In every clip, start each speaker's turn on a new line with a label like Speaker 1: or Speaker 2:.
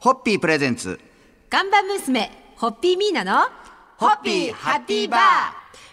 Speaker 1: ホッピープレゼンツ
Speaker 2: ガンバ娘、ホッピーミーナの、
Speaker 1: ホッピーハッピーバー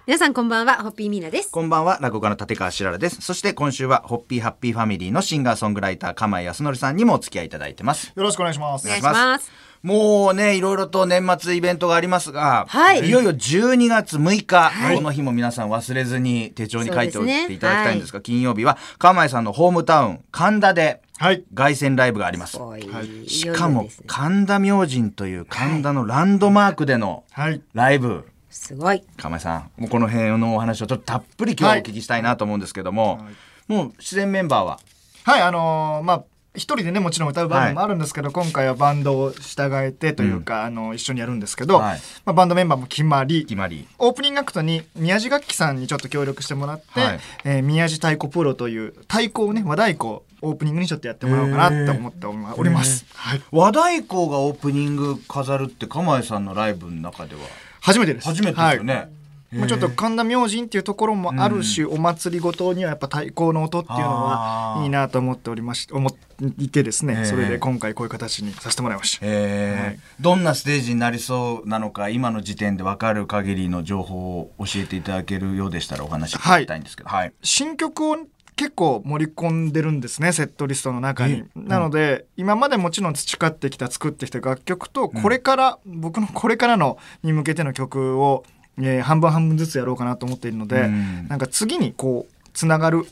Speaker 2: 皆さんこんばんは、ホッピーミーナです。
Speaker 1: こんばんは落語家の立川しららですそして今週はホッピーハッピーファミリーのシンガーソングライター釜井康則さんにもお付き合いいただいてます
Speaker 3: よろしくお願いします
Speaker 2: お。願いします。
Speaker 1: もうねいろいろと年末イベントがありますが、
Speaker 2: はい
Speaker 1: よいよ12月6日、
Speaker 2: はい
Speaker 1: この日も皆さん忘れずに手帳に書いておい
Speaker 2: そうです
Speaker 1: て
Speaker 2: ね
Speaker 1: いただきたいんですが金曜日は釜井さんのホームタウン神田で
Speaker 3: はい。
Speaker 1: 凱旋ライブがあります
Speaker 2: おいい
Speaker 1: し
Speaker 2: よい
Speaker 1: か
Speaker 2: よ
Speaker 1: も
Speaker 2: ですね
Speaker 1: 神田明神という神田のランドマークでの
Speaker 3: はい。
Speaker 1: ライブ
Speaker 2: すごい。
Speaker 1: 釜井さんもうこの辺のお話をちょっとたっぷり今日はお聞きしたいなと思うんですけども、もう出演メンバーは
Speaker 3: はい、あのーまあ、一人でね、もちろん歌う場面もあるんですけど、今回はバンドを従えてというか、あの、一緒にやるんですけど、
Speaker 1: はい
Speaker 3: まあ、バンドメンバーも決まり、
Speaker 1: 決まり
Speaker 3: オープニングアクトに宮地楽器さんにちょっと協力してもらって、
Speaker 1: はい
Speaker 3: えー宮地太鼓プロという太鼓をね、和太鼓をオープニングにちょっとやってもらおうかなって思っておりおります。はい。
Speaker 1: 和太鼓がオープニング飾るって釜井さんのライブの中では
Speaker 3: 初めてです。
Speaker 1: 初めてですよね、
Speaker 3: はいまあ、ちょっと神田明神っていうところもあるし、お祭りごとにはやっぱ太鼓の音っていうの
Speaker 1: あ
Speaker 3: は
Speaker 1: ー
Speaker 3: いいなと思っておりまし思いてですね、
Speaker 1: ええ
Speaker 3: それで今回こういう形にさせてもらいました。
Speaker 1: えー
Speaker 3: はい
Speaker 1: どんなステージになりそうなのか今の時点で分かる限りの情報を教えていただけるようでしたらお話聞きたいんですけど、はい
Speaker 3: 新曲を結構盛り込んでるんですねセットリストの中
Speaker 1: ええ
Speaker 3: に。なので、今までもちろん培ってきた作ってきた楽曲とこれから、僕の これからのに向けての曲を、えー半分半分ずつやろうかなと思っているの
Speaker 1: う
Speaker 3: で、
Speaker 1: ん
Speaker 3: なんか次にこうつながる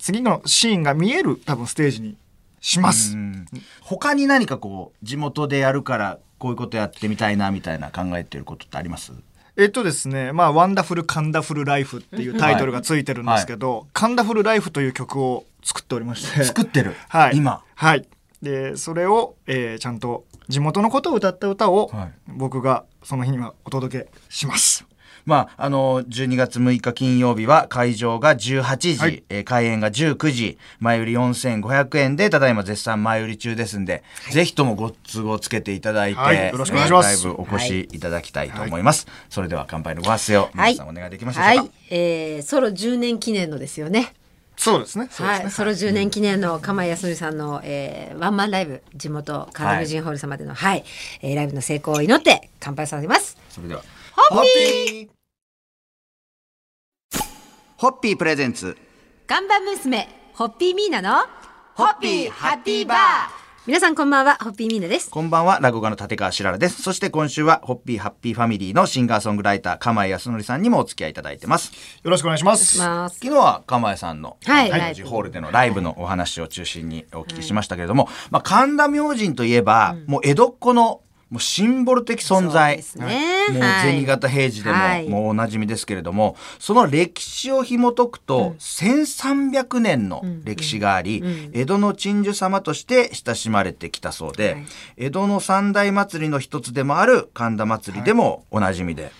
Speaker 3: 次のシーンが見える多分ステージにします。
Speaker 1: うん他に何かこう地元でやるからこういうことやってみたいなみたいな考えてることってあります
Speaker 3: えっとですね、まあ、ワンダフル・カンダフル・ライフっていうタイトルがついてるんですけど、カンダフル・ライフという曲を作っておりまして。
Speaker 1: 作ってる、
Speaker 3: はい。
Speaker 1: 今。
Speaker 3: はい。で、それを、えーちゃんと地元のことを歌った歌を、
Speaker 1: はい
Speaker 3: 僕がその日にはお届けします。
Speaker 1: まあ、あの12月6日金曜日は会場が18時、
Speaker 3: はい
Speaker 1: えー開演が19時前売り4500円でただいま絶賛前売り中ですんで、ぜひともご都合つけていただいて、
Speaker 3: はいよろしくお願いします
Speaker 1: ライブお越しいただきたいと思います、それでは乾杯のご発声を皆さんお願いできましたで
Speaker 2: は
Speaker 1: しょう
Speaker 2: い
Speaker 1: か、。
Speaker 2: えー、ソロ10年記念のですよね。
Speaker 3: そうですね。そうで
Speaker 2: は
Speaker 3: すね。
Speaker 2: い、ソロ10年記念の釜井康則さんの、えーワンマンライブ地元カラムジンホール様での、はいえーライブの成功を祈って乾杯させます。
Speaker 1: それでは
Speaker 2: ホッピ
Speaker 1: ピーホッピープレゼンツ
Speaker 2: ー看板娘ホッピーミーナの
Speaker 1: ホッピーハッピーバー
Speaker 2: 皆さんこんばんはホッピーミーナです。
Speaker 1: こんばんは、落語家の立川しららです。そして今週は、ホッピーハッピーファミリーのシンガーソングライター、釜井康則さんにもお付き合いいただいてます。
Speaker 3: よろしくお願いしま
Speaker 2: し
Speaker 3: す。
Speaker 2: ます。
Speaker 1: 昨日は釜井さんの、
Speaker 2: はい
Speaker 1: ライブホールでのライブのお話を中心にお聞きしましたけれども、まあ、神田明神といえば、もう江戸っ子のもうシンボル的存在。
Speaker 2: そうですね
Speaker 1: もう
Speaker 2: はい
Speaker 1: 銭形平次でも、
Speaker 2: はい
Speaker 1: もうおなじみですけれども、その歴史を紐解くと、1300年の歴史があり、江戸の鎮守様として親しまれてきたそうで、
Speaker 2: はい
Speaker 1: 江戸の三大祭りの一つでもある神田祭りでもおなじみで、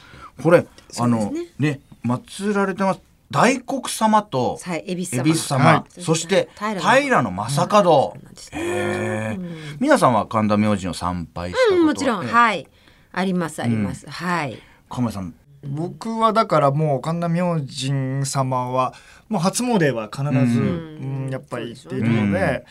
Speaker 1: これ、あの、ね、祀られてます。大黒様と、
Speaker 2: はい恵比寿様
Speaker 1: 恵比寿様、
Speaker 3: は
Speaker 1: そして
Speaker 2: 平
Speaker 1: 平の
Speaker 2: の
Speaker 1: 正門、
Speaker 2: なんですね
Speaker 1: へえ皆さんは神田明神を参拝したこと
Speaker 2: う
Speaker 1: は
Speaker 2: んもちろん
Speaker 1: ええ
Speaker 2: はいありますあります、はい。
Speaker 1: 亀井さん
Speaker 3: 僕はだからもう神田明神様はもう初詣は必ず、
Speaker 2: うん
Speaker 3: うんやっぱり行っているので、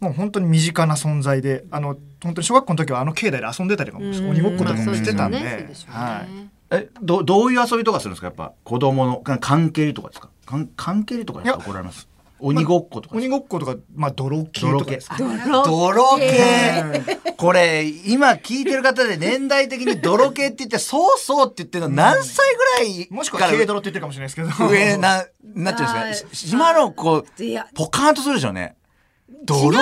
Speaker 3: もう本当に身近な存在であの本当に小学校の時はあの境内で遊んでたりとかもして鬼ごっことかもしてたんで,、
Speaker 2: まあそうですよねそ
Speaker 3: は
Speaker 2: うでしょうね
Speaker 1: えどどういう遊びとかするんですかやっぱ子供のか関係とかですかかん関係とかですか
Speaker 3: いや
Speaker 1: 怒られます鬼ごっこと
Speaker 3: い、
Speaker 1: かです
Speaker 3: 鬼
Speaker 1: か、
Speaker 3: ごっことか、まあ、泥系と
Speaker 1: 泥
Speaker 3: か
Speaker 1: 系
Speaker 3: ですか
Speaker 2: 泥系
Speaker 1: 泥系これ今聞いてる方で年代的に泥系って言ってそうそうって言ってるの何歳ぐらい
Speaker 3: もしく
Speaker 1: か
Speaker 3: は
Speaker 1: ら
Speaker 3: 軽泥って言ってるかもしれないですけど
Speaker 1: 上ななってるんですか
Speaker 2: はい
Speaker 1: し今の子
Speaker 2: いや
Speaker 1: ポカーンとするでしょうね
Speaker 2: 違う
Speaker 1: 泥
Speaker 2: 名
Speaker 1: 系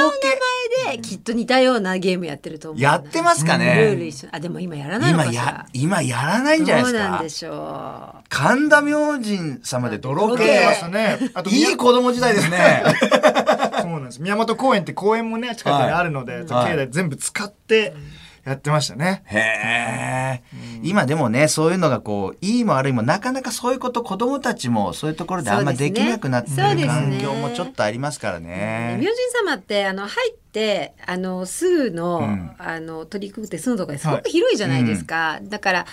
Speaker 2: 前できっと似たようなゲームやってると思うな。
Speaker 1: やってますかね
Speaker 2: ルール一緒。あでも今やらないの
Speaker 1: 今
Speaker 2: かし
Speaker 1: や
Speaker 2: ら。
Speaker 1: 今やらないんじゃない
Speaker 2: ど
Speaker 1: で
Speaker 2: う
Speaker 1: す
Speaker 2: なん
Speaker 1: か
Speaker 2: でしょう。
Speaker 1: 神田明神様で泥
Speaker 2: 泥
Speaker 1: 系
Speaker 2: 系
Speaker 3: ましたねあと
Speaker 1: いい子供時代ですね
Speaker 3: そうなんです。宮本公園って公園もね、近くにあるので、
Speaker 1: い
Speaker 3: 境内全部使ってやってましたね。
Speaker 1: へえ今でもねそういうのがこういいも悪いもなかなかそういうこと子供たちもそういうところであんま
Speaker 2: そうです
Speaker 1: で
Speaker 2: ね
Speaker 1: きなくなってる
Speaker 2: そうですね
Speaker 1: 環境もちょっとありますから
Speaker 2: 明
Speaker 1: ね
Speaker 2: 神様ってあの入ってあのすぐの,、
Speaker 1: ん
Speaker 2: あの取り組むってすぐとかですごく広いじゃないですか、だから、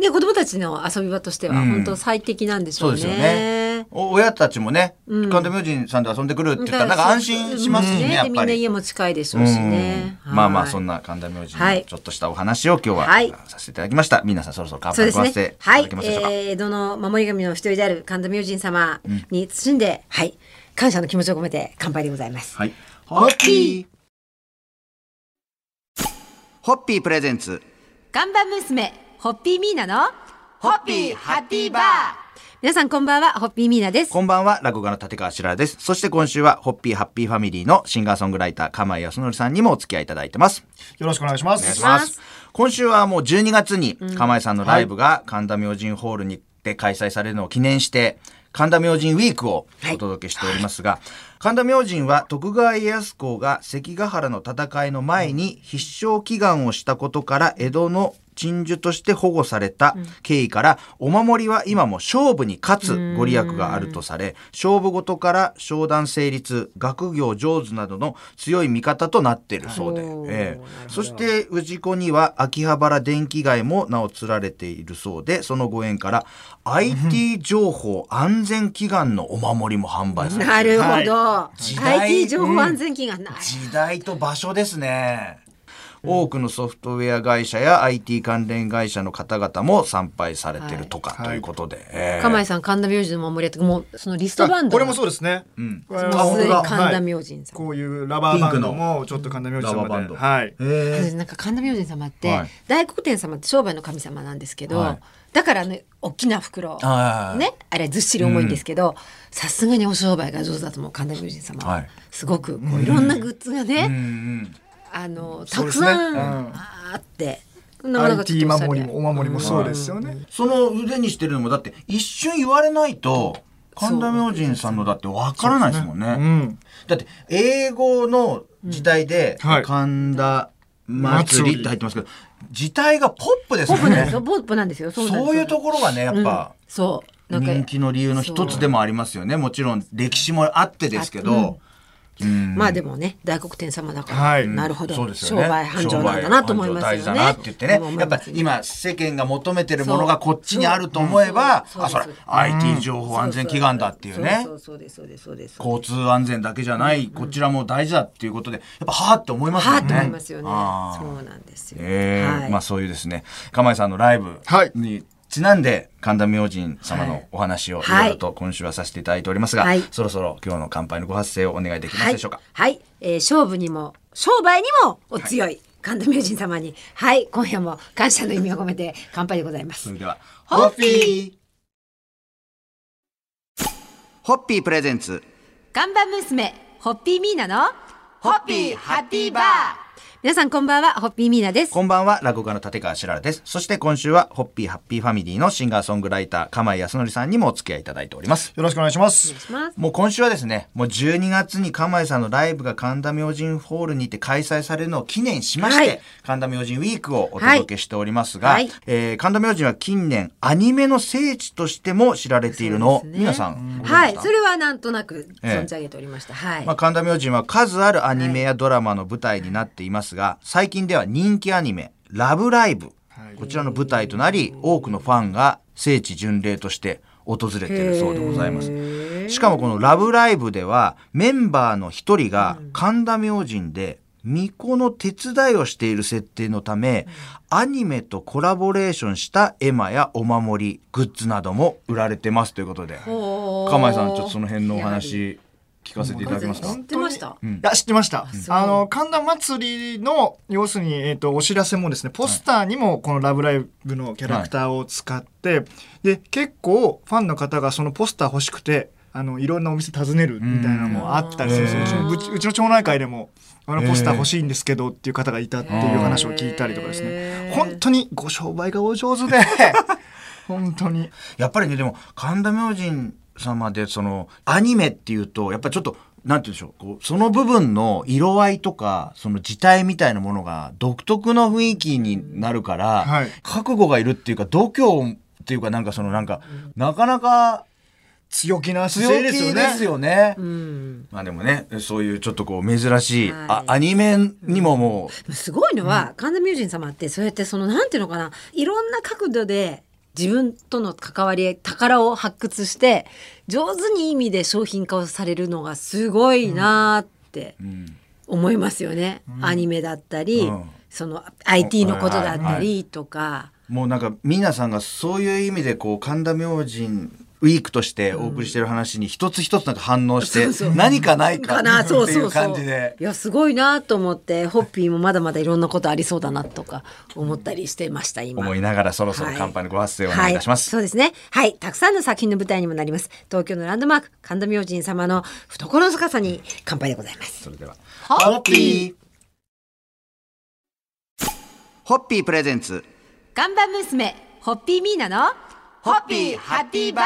Speaker 2: ね、子供たちの遊び場としては
Speaker 1: うん
Speaker 2: 本当最適なんでしょうね。
Speaker 1: そうですよ
Speaker 2: ね。
Speaker 1: お親たちもね、
Speaker 2: うん
Speaker 1: 神田明神さんで遊んでくるって言ったら、なんか安心しますしね、
Speaker 2: うん
Speaker 1: やっ
Speaker 2: でみ
Speaker 1: ぱ
Speaker 2: んな
Speaker 1: り。
Speaker 2: 家も近いでし
Speaker 1: う
Speaker 2: ょうしね。
Speaker 1: んまあまあ、
Speaker 2: はい
Speaker 1: そんな神田明神
Speaker 2: は
Speaker 1: の
Speaker 2: い
Speaker 1: ちょっとしたお話を今日
Speaker 2: はい
Speaker 1: はさせていただきました。皆さんそろそろカップ
Speaker 2: そう
Speaker 1: ル
Speaker 2: で
Speaker 1: 食わせ
Speaker 2: す
Speaker 1: て
Speaker 2: ね
Speaker 1: い。
Speaker 2: は
Speaker 1: た
Speaker 2: い
Speaker 1: だけ。ますでしょうか。
Speaker 2: えー、どの守り神の一人である神田明神様に包んで、はい。感謝の気持ちを込めて乾杯でございます。
Speaker 1: はい。ホッピーホッピープレゼンツ。
Speaker 2: 看板娘、ホッピーミーナの、
Speaker 1: ホッピーハッピーバー
Speaker 2: 皆さんこんばんは、ホッピーミーナです。
Speaker 1: こんばんは、落語家の立川しららです。そして今週は、ホッピーハッピーファミリーのシンガーソングライター、釜井康則さんにもお付き合いいただいてます。
Speaker 3: よろしくお願いしま
Speaker 1: お願いし
Speaker 3: す。
Speaker 1: ま
Speaker 2: お願いし
Speaker 1: す。今週はもう12月に、釜井さんのライブが神田明神ホールにて開催されるのを記念して、神田明神ウィークをお届けしておりますが、神田明神は徳川家康公が関ヶ原の戦いの前に必勝祈願をしたことから江戸の鎮守として保護された経緯から、お守りは今も勝負に勝つご利益があるとされ、勝負事から商談成立、学業上手などの強い味方となっているそうで、
Speaker 2: はいおー
Speaker 1: ええ
Speaker 2: なるほど
Speaker 1: そして氏子には秋葉原電気街も名を連れているそうでそのご縁から IT 情報安全祈願のお守りも販売されて
Speaker 2: なるほど、
Speaker 1: 時代
Speaker 2: IT 情報安全金がない、
Speaker 1: 時代と場所ですね。多くのソフトウェア会社や IT 関連会社の方々も参拝されてるとか、
Speaker 3: い
Speaker 1: ということで、ええ
Speaker 2: 釜井さん神田明神の守りやってもうそのリストバンド
Speaker 3: これもそううですね。
Speaker 1: ん
Speaker 3: これ
Speaker 2: あ
Speaker 3: は
Speaker 1: 本当だ
Speaker 2: 神田
Speaker 3: はい
Speaker 2: 明神さん、
Speaker 3: こういうラバーバンドもちょっと神田明神
Speaker 1: ラバーバ
Speaker 3: 様
Speaker 1: ンド
Speaker 3: で。はい。
Speaker 2: なんか神田明神様って、
Speaker 1: はい
Speaker 2: 大黒天様って商売の神様なんですけど、
Speaker 1: はい
Speaker 2: だからね大きな袋
Speaker 1: はい
Speaker 2: ねあれずっしり重いんですけどさすがにお商売が上手だと思う神田明神様は、
Speaker 1: はい
Speaker 2: すごくこういろんなグッズがね、
Speaker 1: うんうん
Speaker 2: あのた
Speaker 3: そう
Speaker 2: く
Speaker 3: ですね
Speaker 2: さん
Speaker 3: うん
Speaker 2: あって、なかなかちょっ
Speaker 3: IT
Speaker 2: とおしゃれ
Speaker 3: 守りもお守りもそうですよね。
Speaker 1: その腕にしてるのもだって一瞬言われないと神田明神さんのだってわからないですもんね。
Speaker 3: うん。
Speaker 1: だって英語の時代で
Speaker 3: うんはい
Speaker 1: 神田祭りって入ってますけど時代がポップです
Speaker 2: ポ
Speaker 1: よ
Speaker 2: ップなんで
Speaker 1: ね
Speaker 2: すよポップなんですよそうなんです
Speaker 1: そういうところがねやっぱ
Speaker 2: うん、そうなんか
Speaker 1: 人気の理由の一つでもありますよねもちろん歴史もあってですけどうん
Speaker 2: まあでもね大黒天様だから、
Speaker 3: はい
Speaker 2: なるほど、
Speaker 1: そうです
Speaker 2: 商
Speaker 1: よね
Speaker 2: 売繁盛なんだなと思います
Speaker 1: 商売繁盛大
Speaker 2: よ
Speaker 1: 事だな
Speaker 2: ね
Speaker 1: って言ってね
Speaker 2: もう
Speaker 1: やっぱ
Speaker 2: 毎日
Speaker 1: 今世間が求めてるものがこっちにあると思えば
Speaker 2: そう
Speaker 1: あそ
Speaker 2: そ
Speaker 1: れ
Speaker 2: うそう
Speaker 1: IT 情報安全祈願だっていうね
Speaker 2: そうそうそうですそうですそうです
Speaker 1: 交通安全だけじゃないこちらも大事だっていうことでやっぱはあって思いますよね。
Speaker 2: はあと思いますよね
Speaker 1: あー
Speaker 2: そうなんですよ、
Speaker 1: えー
Speaker 2: はい
Speaker 1: まあそういうですね釜井さんのライブ
Speaker 3: はい
Speaker 1: にちなんで神田明神様
Speaker 2: は
Speaker 1: の
Speaker 2: い
Speaker 1: お話をい
Speaker 2: はい
Speaker 1: ろいろと今週はさせていただいておりますが、
Speaker 2: はい
Speaker 1: そろそろ今日の乾杯のご発声をお願いできますでしょうか。
Speaker 2: はい、はいえー勝負にも商売にもお強い神田明神様にはい今夜も感謝の意味を込めて乾杯でございます
Speaker 1: それでは
Speaker 2: ホッピ
Speaker 1: ーホッピープレゼンツ
Speaker 2: 看板娘ホッピーミーナの
Speaker 1: ホッピーハッピーバー
Speaker 2: 皆さんこんばんはホッピーミーナです
Speaker 1: こんばんは落語家の立川しららですそして今週はホッピーハッピーファミリーのシンガーソングライター釜井康則さんにもお付き合いいただいております
Speaker 3: よろしくお願いします。
Speaker 2: します
Speaker 1: もう今週はですね、もう12月に釜井さんのライブが神田明神ホールにて開催されるのを記念しまして、
Speaker 2: はい
Speaker 1: 神田明神ウィークをお届けしておりますが、
Speaker 2: はい
Speaker 1: えー神田明神は近年アニメの聖地としても知られているのを、
Speaker 2: そうですね
Speaker 1: 皆さんご存知でした
Speaker 2: はいそれはなんとなく
Speaker 1: ええ
Speaker 2: 存じ上げておりました、はい、
Speaker 1: まあ、神田明神は数あるアニメやドラマの舞台になっていますが、最近では人気アニメ「ラブライブ」
Speaker 3: はい
Speaker 1: こちらの舞台となり多くのファンが聖地巡礼として訪れているそうでございますしかもこの「ラブライブ」ではメンバーの一人が神田明神で巫女の手伝いをしている設定のため、アニメとコラボレーションした絵馬やお守りグッズなども売られてますということで
Speaker 2: ほう
Speaker 1: 釜井さんちょっとその辺のお話聞かせていただけますか
Speaker 2: 知ってました、
Speaker 3: いや、知ってました。
Speaker 2: そう
Speaker 3: あの、神田祭りの、要するに、えっ、と、お知らせもですね、ポスターにも、このラブライブのキャラクターを使って、で、結構、ファンの方がそのポスター欲しくて、あの、いろんなお店訪ねるみたいなのもあったりするんですよ
Speaker 2: うん
Speaker 3: うちうちの町内会でも、あの、
Speaker 1: へー
Speaker 3: ポスター欲しいんですけどっていう方がいたっていう話を聞いたりとかです
Speaker 2: へー
Speaker 3: ね。本当にご商売がお上手で、 本当に。
Speaker 1: やっぱりねでも神田明神様でそのアニメっていうとやっぱりちょっとなんて言うんでしょうこうその部分の色合いとかその時代みたいなものが独特の雰囲気になるから、
Speaker 3: はい
Speaker 1: 覚悟がいるっていうか度胸っていうかなんかそのなんか、なかなか
Speaker 3: 強気な
Speaker 1: 強
Speaker 3: 姿勢
Speaker 1: 気
Speaker 3: で
Speaker 1: ですす
Speaker 3: よ
Speaker 1: よ
Speaker 3: ね。
Speaker 1: ね。
Speaker 2: うん、
Speaker 1: まあでもねそういうちょっとこう珍しい、
Speaker 2: はい
Speaker 1: あアニメにももう
Speaker 2: すごいのは、神田明神様ってそうやってそのなんていうのかないろんな角度で自分との関わり宝を発掘して上手にいい意味で商品化をされるのがすごいなーって
Speaker 1: うん
Speaker 2: 思いますよね、アニメだったり、
Speaker 1: うん
Speaker 2: その IT のこと
Speaker 1: は
Speaker 2: だっ
Speaker 1: い
Speaker 2: た
Speaker 1: は
Speaker 2: りとか、
Speaker 1: もうなんか皆さんがそういう意味でこう神田明神ウィークとしてお送りしてる話に一つ一つなんか反応して、
Speaker 2: そうそう
Speaker 1: 何かないか
Speaker 2: か
Speaker 1: っ
Speaker 2: な
Speaker 1: て
Speaker 2: そう
Speaker 1: い
Speaker 2: そうそう
Speaker 1: う感じで。
Speaker 2: いやすごいなと思ってホッピーもまだまだいろんなことありそうだなとか思ったりしてました今
Speaker 1: 思いながらそろそろ乾杯のご発声をお願いいたします。
Speaker 2: はい、そうですねはいたくさんの作品の舞台にもなります東京のランドマーク神田明神様の懐深さに乾杯でございます
Speaker 1: それでは。
Speaker 2: ホ
Speaker 1: ッピーホッピープレゼンツ。
Speaker 2: 看板娘ホッピーミーナの
Speaker 1: ホッピーハッピーバー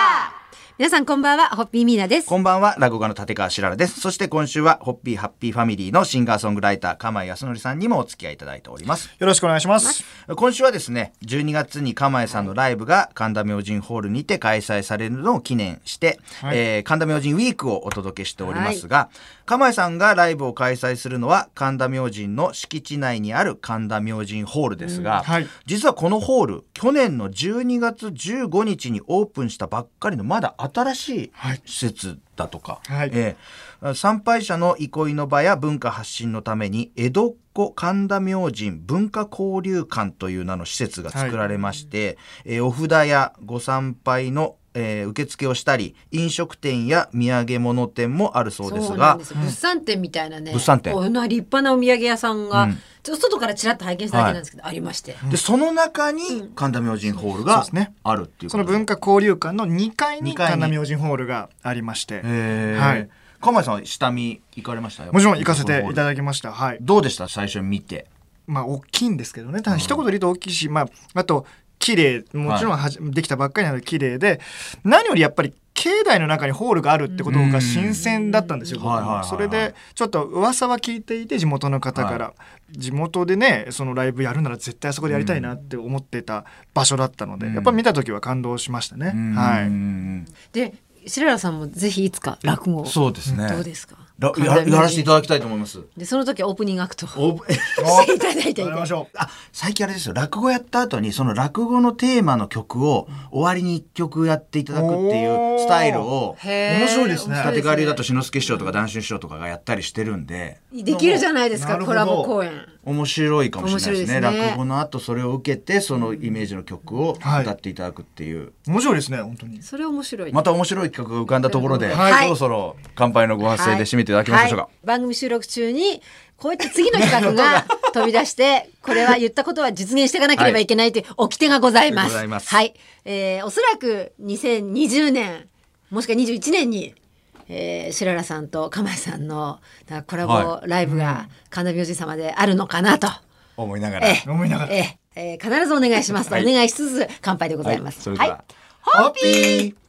Speaker 2: 皆さんこんばんはホッピーミーナです
Speaker 1: こんばんは、落語家の立川しららです。そして今週は、ホッピーハッピーファミリーのシンガーソングライター、釜井康則さんにもお付き合いいただいております。
Speaker 3: よろしくお願いします。
Speaker 1: 今週はですね、12月に釜井さんのライブが神田明神ホールにて開催されるのを記念して、
Speaker 3: はい
Speaker 1: えー神田明神ウィークをお届けしておりますが、釜井さんがライブを開催するのは神田明神の敷地内にある神田明神ホールですが、
Speaker 3: はい
Speaker 1: 実はこのホール、去年の12月15日にオープンしたばっかりのまだ新しい
Speaker 3: はい
Speaker 1: 施設だとか、
Speaker 3: はい
Speaker 1: ええ参拝者の憩いの場や文化発信のために江戸っ子神田明神文化交流館という名の施設が作られまして、えーお札やご参拝の、えー受付をしたり飲食店や土産物店もあるそうです
Speaker 2: なん
Speaker 1: が
Speaker 2: です物産展みたいなね
Speaker 1: 物産展
Speaker 2: こんな立派なお土産屋さんが、
Speaker 1: うん
Speaker 2: ちょっと外からちらっと拝見しただけなんですけど、ありまして、
Speaker 1: でその中に神田明神ホール
Speaker 3: そう
Speaker 1: が
Speaker 3: ですね
Speaker 1: あるっていうこと
Speaker 3: その文化交流館の2階に
Speaker 1: 二階に
Speaker 3: 神田明神ホールがありまして、
Speaker 1: へー
Speaker 3: はい
Speaker 1: 鎌井さんは下見行かれました
Speaker 3: もちろん行かせていた
Speaker 1: だ
Speaker 3: だきました。はい。
Speaker 1: どうでした最初見て
Speaker 3: まあ大きいんですけどね。ただ一言で言うと大きいし、まああと綺麗もちろんはじできたばっかりなので綺麗で、何よりやっぱり境内の中にホールがあるってこと
Speaker 1: うん
Speaker 3: が新鮮だったんですよ。
Speaker 1: うん
Speaker 3: 僕
Speaker 1: はいはいはい
Speaker 3: も
Speaker 1: はい
Speaker 3: それでちょっと噂は聞いていて地元の方から、地元でねそのライブやるなら絶対あそこでやりたいなって思ってた場所だったので、
Speaker 1: うん
Speaker 3: やっぱ見た時は感動しましたね。は
Speaker 1: う
Speaker 3: い。
Speaker 1: ん
Speaker 2: で白原さんもぜひいつか落語を
Speaker 1: そうですね
Speaker 2: どうですか
Speaker 1: らややらせていただきたいと思います
Speaker 2: でその時はオープニングアクト
Speaker 1: お
Speaker 2: を していただいてい
Speaker 3: やりましょう。
Speaker 1: あ最近あれですよ落語やった後にその落語のテーマの曲を終わりに一曲やっていただくっていうスタイルを
Speaker 2: へー
Speaker 3: 面白いですね
Speaker 2: 面白
Speaker 1: 立川流だと志の輔師匠とか談春師匠とかがやったりしてるんで
Speaker 2: できるじゃないですか
Speaker 3: なる
Speaker 2: コ
Speaker 3: ほど
Speaker 2: ラボ公演
Speaker 1: 面白いかもしれないですね
Speaker 2: 面白いですね
Speaker 1: 落語の後それを受けてそのイメージの曲を歌っていただくっていう、
Speaker 3: 面白いですね本当に。
Speaker 2: それ面白い
Speaker 1: また面白い企画が浮かんだところで、
Speaker 2: はい
Speaker 1: そろそろ乾杯のご発声で締めていただきましょうか、
Speaker 2: はい番組収録中にこうやって次の企 画が飛び出してこれは言ったことは実現していかなければいけないという掟がございます。
Speaker 1: ございます
Speaker 2: はい、えーおそらく2020年もしくは21年に、えー、白良さんと釜井さんのなんかコラボ
Speaker 1: は
Speaker 2: ライブが神田明神様であるのかなと、
Speaker 1: 思いながら、
Speaker 2: え
Speaker 3: 思いながら
Speaker 2: ええー必ずお願いしますと、
Speaker 1: はい
Speaker 2: お願いしつつ乾杯でございます。
Speaker 1: それでは、
Speaker 2: はい
Speaker 1: ホッピー